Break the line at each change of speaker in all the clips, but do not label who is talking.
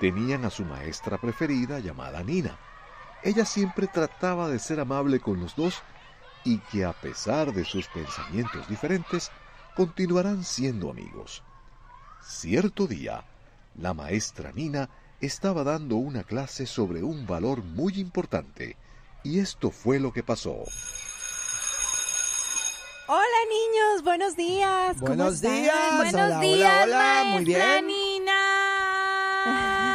Tenían a su maestra preferida llamada Nina. Ella siempre trataba de ser amable con los dos y que a pesar de sus pensamientos diferentes, continuarán siendo amigos. Cierto día, la maestra Nina estaba dando una clase sobre un valor muy importante, y esto fue lo que pasó.
Hola niños, buenos días. ¿cómo
Buenos
están?
días.
Buenos-
hola, hola, hola, muy bien.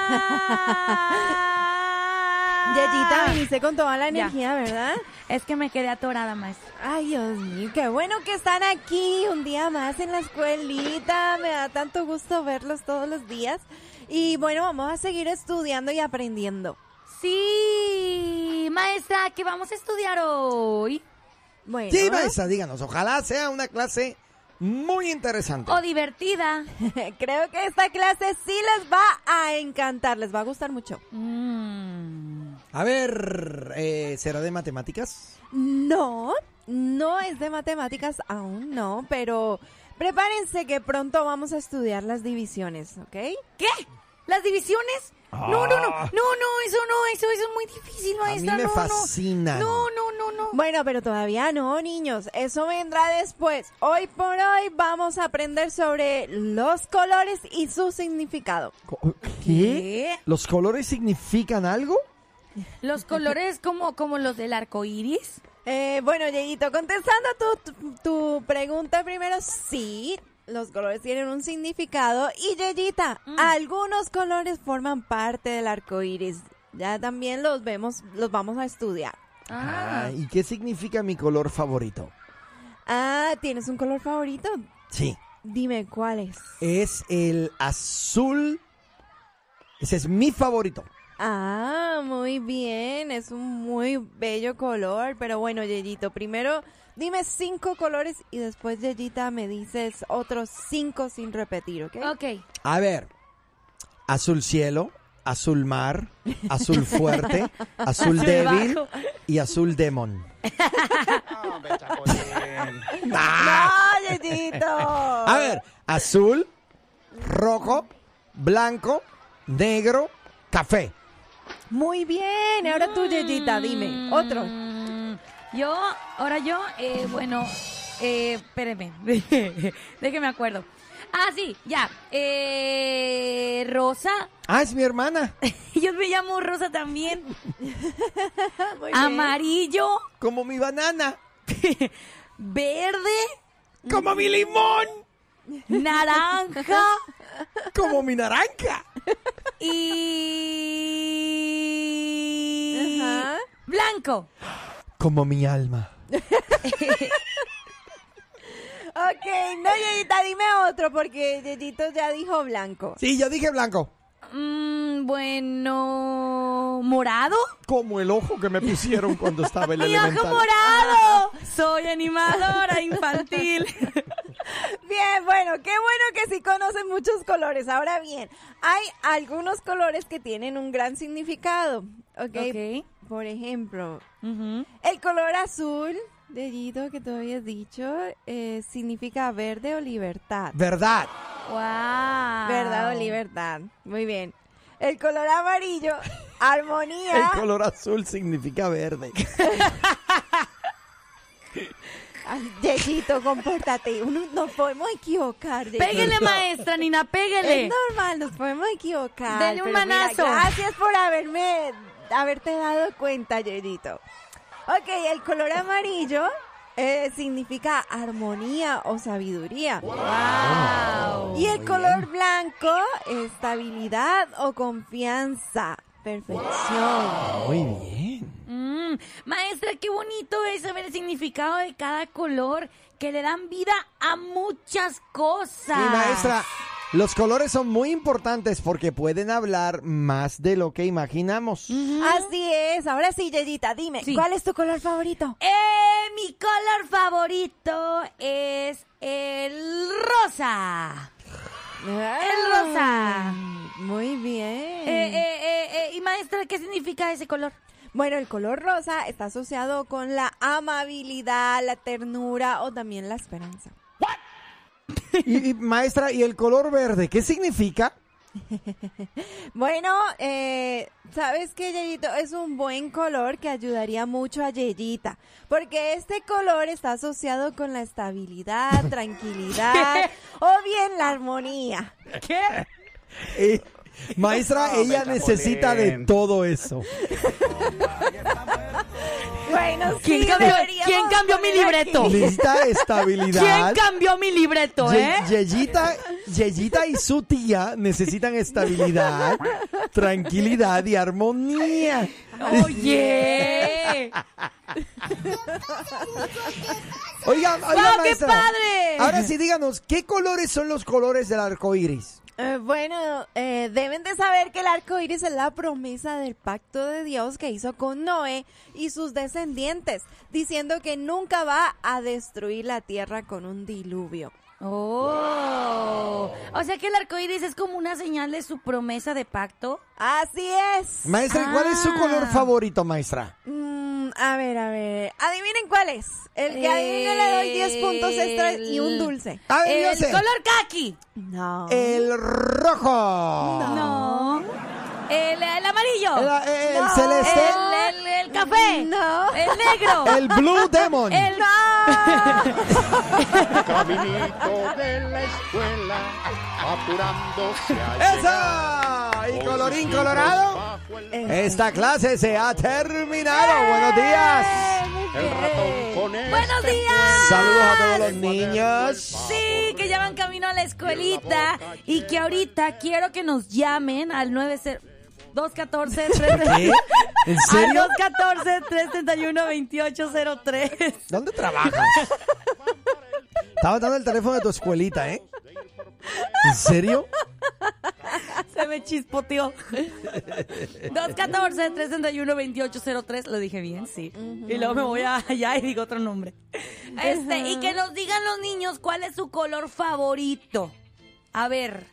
Nina.
Yeyita, viniste con toda la energía, ¿verdad?
Es que me quedé atorada, maestra.
Ay, Dios mío, qué bueno que están aquí un día más en la escuelita. Me da tanto gusto verlos todos los días. Y bueno, vamos a seguir estudiando y aprendiendo.
Sí, maestra, ¿qué vamos a estudiar hoy?
Bueno,
Sí, maestra, díganos. Ojalá sea una clase muy interesante.
O divertida.
creo que esta clase sí les va a encantar, les va a gustar mucho.
Mm.
A ver, eh, ¿será de matemáticas?
No, no es de matemáticas aún, no, pero prepárense que pronto vamos a estudiar las divisiones, ¿ok?
¿Qué? ¿Las divisiones? No, no, no, no, no, eso no, eso, eso es muy difícil, maestra.
me
no, no.
fascinan.
No, no, no, no.
Bueno, pero todavía no, niños. Eso vendrá después. Hoy por hoy vamos a aprender sobre los colores y su significado.
¿Qué?
¿Los colores significan algo?
¿Los colores como, como los del arco iris?
Eh, bueno, Yeguito, contestando tu, tu, tu pregunta primero, sí, los colores tienen un significado. Y Yeyita,
Mm.
algunos colores forman parte del arco iris. Ya también los vemos, los vamos a estudiar.
Ah, ¿Y qué significa mi color favorito?
Ah, ¿tienes un color favorito?
Sí,
Dime cuál es.
es el azul. Ese es mi favorito.
Ah, muy bien, es un muy bello color, pero bueno, Yeyito, primero dime cinco colores y después Yeyita me dices otros cinco sin repetir, ¿ok?
Ok.
A ver, azul cielo, azul mar, azul fuerte, azul débil
bajo.
y azul demon.
¡No, Yeyito! Ah. A
A ver, azul, rojo, blanco, negro, café.
Muy bien, ahora tú, Yeyita, dime otro.
Mm, Yo, ahora yo, eh, bueno, eh, espérenme, déjeme acuerdo. Ah, sí, ya. Eh, Rosa,
Ah, es mi hermana.
yo me llamo Rosa también.
Muy bien.
Amarillo,
Como mi banana.
verde,
Como mi limón.
naranja
Como mi naranja.
y
Ajá.
blanco.
Como mi alma.
Ok, no, Yeyita, dime otro porque Yeyito ya dijo blanco.
Sí, yo dije blanco.
Mm, bueno, morado.
Como el ojo que me pusieron cuando estaba el
Mi ojo
elemental.
morado. Soy animadora infantil.
Bien, bueno, qué bueno que sí conocen muchos colores. Ahora bien, hay algunos colores que tienen un gran significado. ¿Ok?
Ok.
Por ejemplo, el color azul, dedito que tú habías dicho, eh, significa verde o libertad.
¿Verdad?
Wow.
¿Verdad o libertad? Muy bien. El color amarillo, armonía.
El color azul significa verde.
Ay, Yeyito, compórtate. Uno- nos podemos equivocar. Yeyito.
Péguele, maestra Nina,
Es
péguele.
normal, nos podemos equivocar.
Dele un
pero mira,
manazo.
gracias por haberme haberte dado cuenta, Yeyito. Ok, el color amarillo eh, significa armonía o sabiduría.
¡Wow!
Y el color blanco, estabilidad o confianza, perfección.
Muy bien.
Mm, maestra, qué bonito es saber el significado de cada color que le dan vida a muchas cosas.
Y maestra, los colores son muy importantes porque pueden hablar más de lo que imaginamos.
Así es. Ahora sí, Yeyita, dime,
Sí.
¿cuál es tu color favorito?
Eh, mi color favorito es el rosa.
Ah,
rosa.
Muy bien.
Eh, eh, eh, eh, y maestra, ¿qué significa ese color?
Bueno, el color rosa está asociado con la amabilidad, la ternura o también la esperanza.
Y, y, maestra, ¿y el color verde qué significa?
Bueno, eh, ¿sabes qué, Yeyito? Es un buen color que ayudaría mucho a Yeyita, porque este color está asociado con la estabilidad, tranquilidad o bien la armonía.
Eh, maestra, ella necesita de todo eso.
Bueno,
¿Quién
sí,
cambió-
deberíamos
quién cambió mi
poner
libreto?
aquí.
Necesita
¿Quién
estabilidad.
cambió mi libreto, eh?
Ye- Yeyita, Yeyita y su tía necesitan estabilidad, tranquilidad y armonía.
Oye.
Oiga, oiga,
¡Guau, qué
maestra.
padre!
Ahora sí, díganos, ¿qué colores son los colores del arco iris?
Eh, bueno, eh, deben de saber que el arco iris es la promesa del pacto de Dios que hizo con Noé y sus descendientes, diciendo que nunca va a destruir la tierra con un diluvio.
Oh. O sea que el arco iris es como una señal de su promesa de pacto.
Así es.
Maestra, ¿cuál es su
Ah.
color favorito, maestra?
Mm, a ver, a ver. Adivinen cuál es. El que adivine le doy 10 puntos extras y un dulce.
A ver, yo
El
sé.
color kaki.
No.
El rojo.
No. El, el amarillo.
El, el
No.
celeste.
El, el- el café.
No.
El negro.
El blue demon.
El-
Caminito de la escuela, apurándose a llegar.
¡Esa! Y
Con sus
colorín
libros
colorado.
bajo el
Eh.
Esta clase se ha terminado. Buenos días.
El ratón con este
Buenos días.
Saludos a todos los niños.
Sí, que ya van camino a la escuelita y que ahorita quiero que nos llamen al 90 214
¿Qué? ¿En serio?
214 331 2803.
¿Dónde trabajas? Estaba dando el teléfono de tu escuelita, ¿eh? ¿En serio?
Se me chispoteó. 214-331-2803. Lo dije bien, sí. Y luego me voy a- allá y digo otro nombre. Este, y que nos digan los niños cuál es su color favorito. A ver,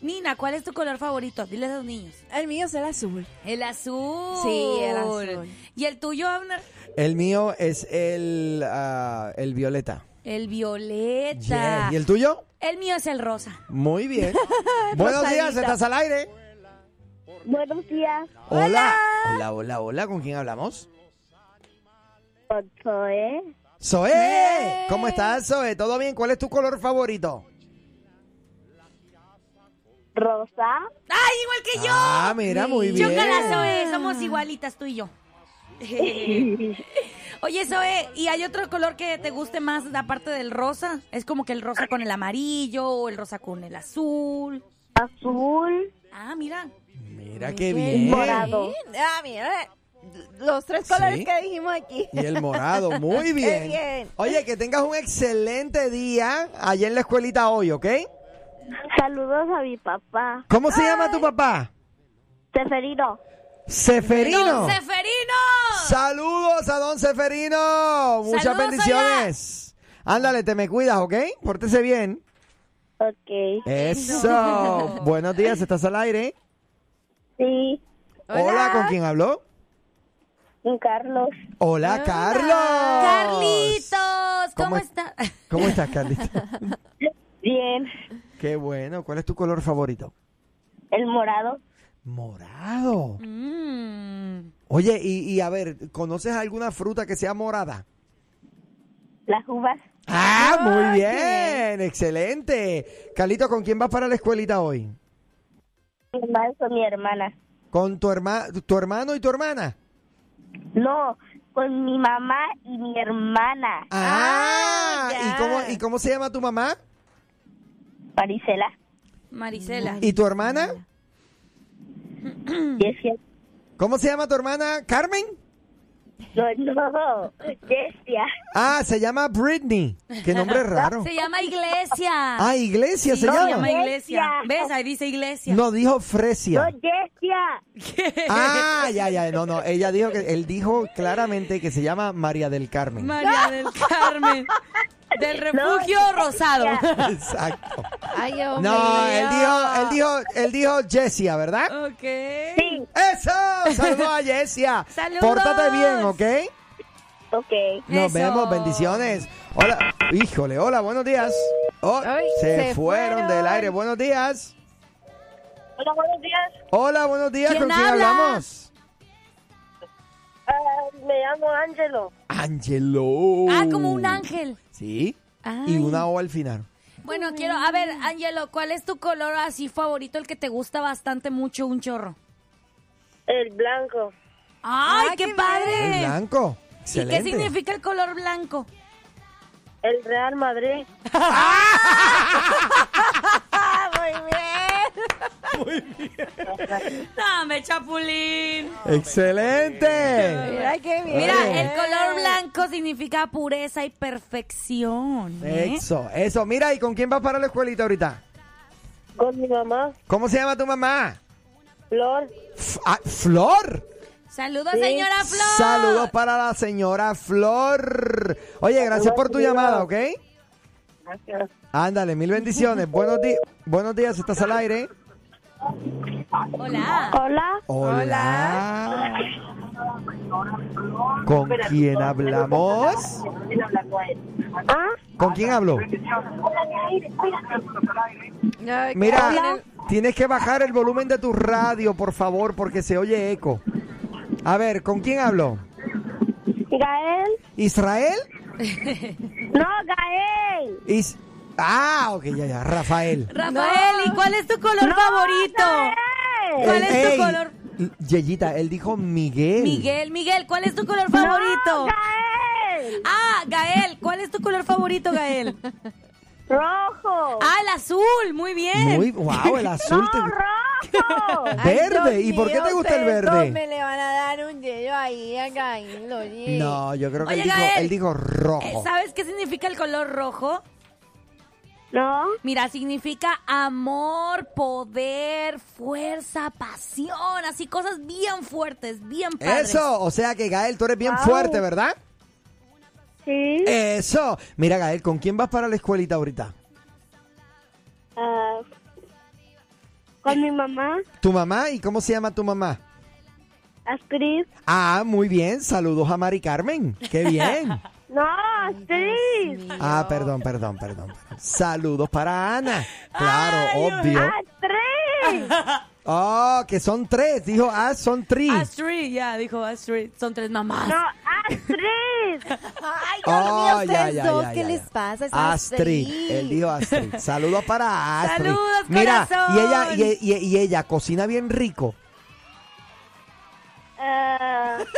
Nina, ¿cuál es tu color favorito? Diles a los niños.
El mío será azul.
El azul.
Sí, el azul.
¿Y el tuyo, Abner?
El mío es el, ah, el violeta.
El violeta.
Yeah. ¿Y el tuyo?
El mío es el rosa.
Muy bien. Buenos días, estás al aire.
Buenos días,
Hola. Hola, hola, hola. ¿Con quién hablamos?
Zoe.
Zoe. ¿Cómo estás, Zoe? ¿Todo bien? ¿Cuál es tu color favorito?
Rosa.
¡Ay, igual que yo!
Ah, mira, muy bien.
Chócala, Zoe. Somos igualitas tú y yo. Oye, Zoe, ¿y hay otro color que te guste más aparte del rosa? Es como que el rosa con el amarillo o el rosa con el azul.
Azul.
Ah, mira.
Mira qué bien.
Morado.
Ah, mira. eh, Los tres colores
Sí.
que dijimos aquí.
Y el morado, muy bien.
bien.
Oye, que tengas un excelente día allá en la escuelita hoy, ¿ok?
Saludos a mi papá.
¿Cómo se llama tu papá?
Seferino.
Seferino.
¡Don Seferino!
Saludos a Don Seferino. Muchas
Saludos,
bendiciones. Ándale, te me cuidas, ¿ok? Pórtese bien.
Ok.
Eso. Buenos días, ¿estás al aire?
Sí.
Hola, ¿con quién habló?
Con Carlos.
Hola, Carlos.
Carlitos, ¿cómo,
¿Cómo es-
está?
¿Cómo estás, Carlitos?
Bien.
Qué bueno. ¿Cuál es tu color favorito?
El morado.
Morado.
Mm.
Oye, y, y a ver, ¿conoces alguna fruta que sea morada?
Las uvas.
Ah,
Ah, qué
muy bien, excelente. Carlitos, ¿con quién vas para la escuelita hoy?
Mi hermano con mi hermana.
Con tu, herma, tu hermano y tu hermana.
No, con mi mamá y mi hermana,
Ah,
Ah,
ya.
¿y, cómo, ¿y cómo se llama tu mamá?
Marisela.
Marisela.
¿Y tu hermana?
18.
¿Cómo se llama tu hermana? ¿Carmen?
No, no, Jessia.
Ah, se llama Britney. Qué nombre raro.
Se llama Iglesia.
Ah, Iglesia
Sí,
se llama.
Iglesia.
Iglesia.
¿Ves? Ahí dice Iglesia.
No, dijo
No,
Fresia.
Jessia.
Ah, ya, ya. No, no. Ella dijo que, él dijo claramente que se llama María del Carmen.
María del Carmen. Del refugio rosado.
Exacto.
Ay,
Oh,
Dios
No,
mío.
él dijo, él dijo, él dijo Jessia,
Oh.
¿verdad?
Ok.
Sí,
¡Eso! ¡Saludos a Jessia!
¡Saludos!
Pórtate bien, ¿ok?
ok.
Nos
Eso.
vemos, bendiciones. Hola, híjole, hola, buenos días. Oh,
Ay,
se,
se
fueron,
fueron.
del aire, buenos días.
Hola, buenos días.
Hola, buenos días,
¿Quién
¿con quién
habla?
hablamos?
Ah, me llamo Ángelo.
Angelo.
Ah, como un ángel.
Sí,
Ay.
y una O al final.
Bueno, quiero, a ver, Angelo, ¿cuál es tu color así favorito, el que te gusta bastante mucho, un chorro?
El blanco.
¡Ay, qué,
El
padre!
blanco.
¿Y qué
Excelente.
significa el color blanco?
El Real Madrid.
¡Dame, chapulín!
Excelente.
Mira qué bien.
Mira, el color blanco significa pureza y perfección. ¿eh?
Eso, eso. Mira, ¿y con quién vas para la escuelita ahorita?
Con mi mamá,
¿Cómo se llama tu mamá?
Flor.
F- ah, Flor.
Saludos, señora Flor.
Saludos para la señora Flor. Oye, gracias por tu llamada, ¿ok?
Gracias.
Ándale, mil bendiciones. Buenos, di- buenos días, estás al aire.
Hola.
Hola,
Hola. ¿Con quién hablamos?
¿ah?
¿Con quién hablo?
Ay, qué
Mira,
bien.
tienes que bajar el volumen de tu radio, por favor, porque se oye eco. A ver, ¿con quién hablo?
Gael.
¿Israel?
No, Gael.
Is- ah, ok, ya, ya, Rafael.
Rafael, ¿y cuál es tu color favorito?
Gael.
¿Cuál es tu
Ey,
color?
Yeyita, él dijo Miguel.
Miguel, Miguel, ¿cuál es tu color favorito?
Gael.
Ah, Gael, ¿cuál es tu color favorito, Gael?
Rojo.
Ah, el azul, muy bien.
Muy, wow, el azul. te-
No, rojo.
Ay,
verde.
Dios
¿Y por qué te
mío,
gusta el verde?
ustedes dos Me le van a dar un yello ahí a Caín, lo oye.
No, yo creo que
Oye,
él, dijo,
Gael.
él dijo rojo.
Eh, ¿Sabes qué significa el color rojo?
No.
Mira, significa amor, poder, fuerza, pasión, así cosas bien fuertes, bien padres.
Eso, o sea que Gael, tú eres bien
Wow.
fuerte, ¿verdad?
Sí.
Eh.
Eso. Mira, Gael, ¿con quién vas para la escuelita ahorita?
Ah, con mi mamá,
¿Tu mamá? ¿Y cómo se llama tu mamá?
Astrid.
Ah, muy bien. Saludos a Mari Carmen. Qué bien.
No, Astrid.
Ah, perdón, perdón, perdón. perdón. Saludos para Ana. Claro, obvio.
Astrid.
Oh, que son tres. Dijo, ah, son tres.
Astrid, ya dijo Astrid. Son tres mamás.
No, Astrid.
Ay, Dios mío,
Oh,
ustedes dos, ¿qué les pasa? Es
Astrid. Él dijo Astrid. Saludos para Astrid.
Saludos,
Mira,
corazón.
y ella, y, y- y ella cocina bien rico.
Ah.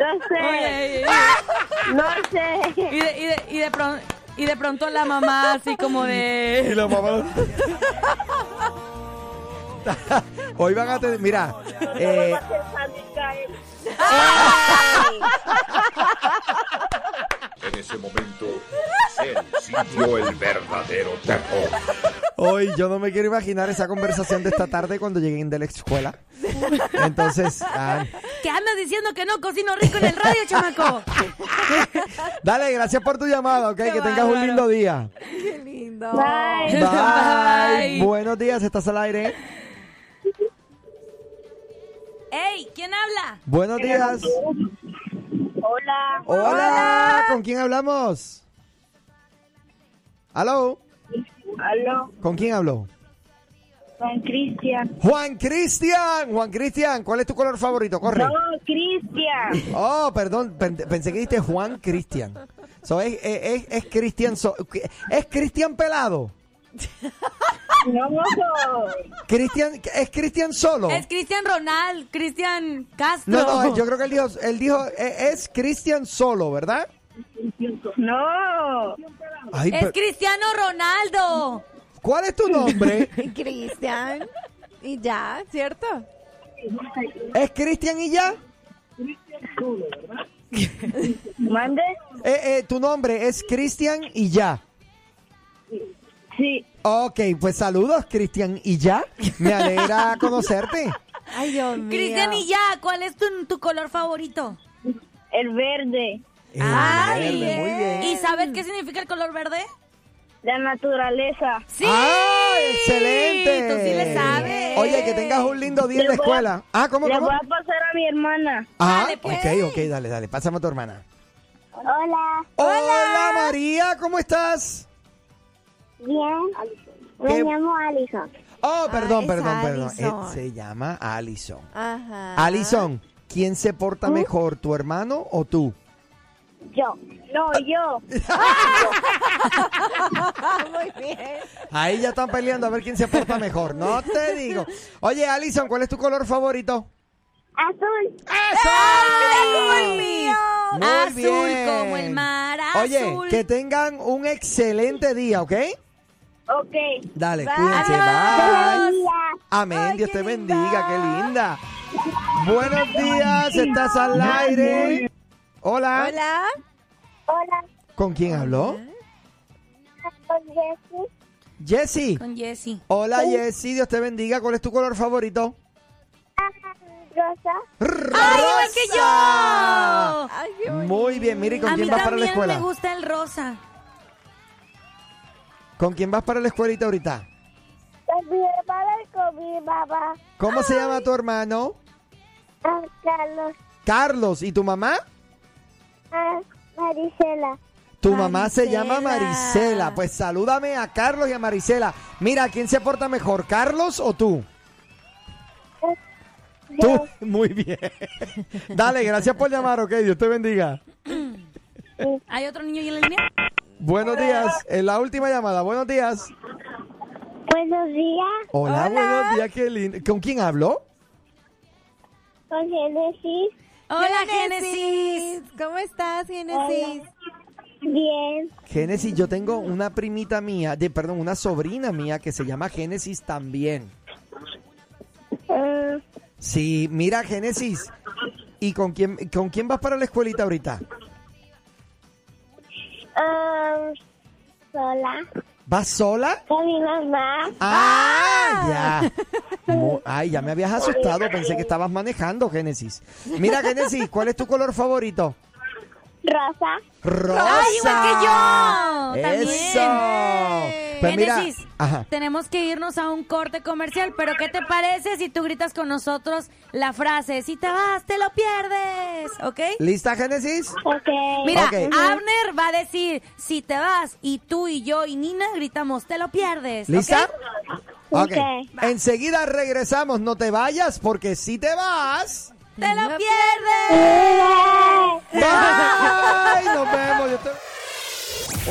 no sé,
Oye,
no sé.
y, y de, y, de, y, de pron- y de pronto la mamá así como de...
la mamá. Hoy van a tener, mira, eh,
En ese momento se sintió el verdadero terror.
hoy yo no me quiero imaginar esa conversación de esta tarde cuando lleguen de la escuela. Entonces, ah,
¿Qué andas diciendo que no cocino rico en el radio, chamaco?
dale, gracias por tu llamada, ok, que tengas un
bárbaro.
lindo día.
Qué lindo.
Bye.
Bye.
Bye.
Buenos días, estás al aire.
¡Ey! ¿Quién habla?
Buenos días.
Hola,
Hola, ¿con quién hablamos? ¿Aló?
aló,
¿Con quién hablo?
Juan Cristian.
Juan Cristian. Juan Cristian, ¿cuál es tu color favorito? Corre.
No, Cristian.
Oh, perdón, pen- pensé que dijiste Juan Cristian. So, es es, es- es Cristian so- es Cristian pelado.
No, soy.
Cristian, es Cristian solo.
Es Cristian Ronald, Cristian Castro.
No, no, yo creo que él dijo, él dijo eh, es Cristian solo, ¿verdad?
No.
Ay,
Es
pero-
Cristiano Ronaldo.
¿Cuál es tu nombre?
Cristian. Y ya, ¿cierto?
¿Es Cristian y ya?
¿Mande?
Eh, eh, tu nombre es Cristian y ya.
Sí.
Ok, pues saludos, Cristian y ya. Me alegra conocerte.
Ay, Dios mío.
Cristian y ya, ¿cuál es tu, tu color favorito?
El verde.
El
Ay,
verde, muy bien.
¿Y sabes qué significa el color verde?
La naturaleza.
¡Sí!
¡Ah, excelente!
Tú sí le sabes.
Oye, que tengas un lindo día en la
Le voy a-
escuela. Ah, ¿cómo,
Le
cómo?
voy a pasar a mi hermana.
Ah,
Dale, pues.
ok, ok, dale, dale. Pásame a tu hermana.
Hola.
Hola, María, ¿cómo estás?
Bien.
¿Qué?
llamo Alison.
Ah,
Oh, perdón,
es
perdón, perdón.
Allison.
Eh, se llama Allison.
Ah.
Ajá.
Allison, ¿quién se porta mejor, tu hermano o tú?
Yo. No, yo.
Muy bien.
Ahí ya están peleando a ver quién se porta mejor. No te digo. Oye, Allison, ¿cuál es tu color favorito?
Azul.
¡Ay, mira como el mío!
Muy
azul
bien.
como el mar,
Oye,
azul.
que tengan un excelente día, ¿ok?
Ok.
Dale,
Bye.
cuídense. Bye.
Adiós.
Amén,
Ay,
Dios
qué
te
linda.
bendiga, qué linda. Buenos días, estás al aire. Hola.
Hola.
Hola.
¿Con quién habló?
Soy Jessie.
Jessy.
Con Jessy.
Hola, Jessy, Dios te bendiga. ¿Cuál es tu color favorito?
Rosa.
¡Ay, igual que yo!
Ay, qué bonito.
Muy bien, mire, Ah. ¿con
a mí
quién vas para la
también
escuela?
me gusta el rosa.
¿Con quién vas para la escuelita ahorita?
Con mi hermana y con mi mamá.
¿Cómo se llama tu hermano?
A Carlos.
Carlos. ¿Y tu mamá?
A Marisela.
Tu mamá se
Marisela.
llama Marisela. Pues salúdame a Carlos y a Marisela. Mira, ¿quién se porta mejor, Carlos o tú? Tú, muy bien. Dale, gracias por llamar, ok. Dios te bendiga.
¿Hay otro niño ahí en la línea?
Buenos días. En la última llamada, buenos días.
Buenos días.
Hola, buenos días, qué lindo. ¿Con quién habló?
Con Genesis.
Hola, Génesis.
¿Cómo estás, Génesis?
Bien.
Génesis, yo tengo una primita mía, de, perdón, una sobrina mía que se llama Génesis también. Eh.
Ah,
Sí, mira, Génesis. ¿Y con quién, con quién vas para la escuelita ahorita?
ah, sola.
¿Vas sola?
Con mi mamá.
¡Ah! Ya. Mo- Ay, ya me habías asustado. Pensé que estabas manejando, Génesis. Mira, Génesis, ¿cuál es tu color favorito?
Rosa.
¡Rosa!
¡Ay, igual que yo! También.
¡Eso! Pues mira,
Génesis,
ajá.
tenemos que irnos a un corte comercial, pero ¿qué te parece si tú gritas con nosotros la frase, si te vas, te lo pierdes, ¿ok?
¿Lista, Génesis?
Ok.
Mira,
Ok.
Abner va a decir, si te vas, y tú y yo y Nina gritamos, te lo pierdes, ¿ok?
¿Lista?
Ok.
ok. Enseguida regresamos. No te vayas porque si te vas...
¡Te lo pierdes!
¡Ay! Nos vemos. Yo te-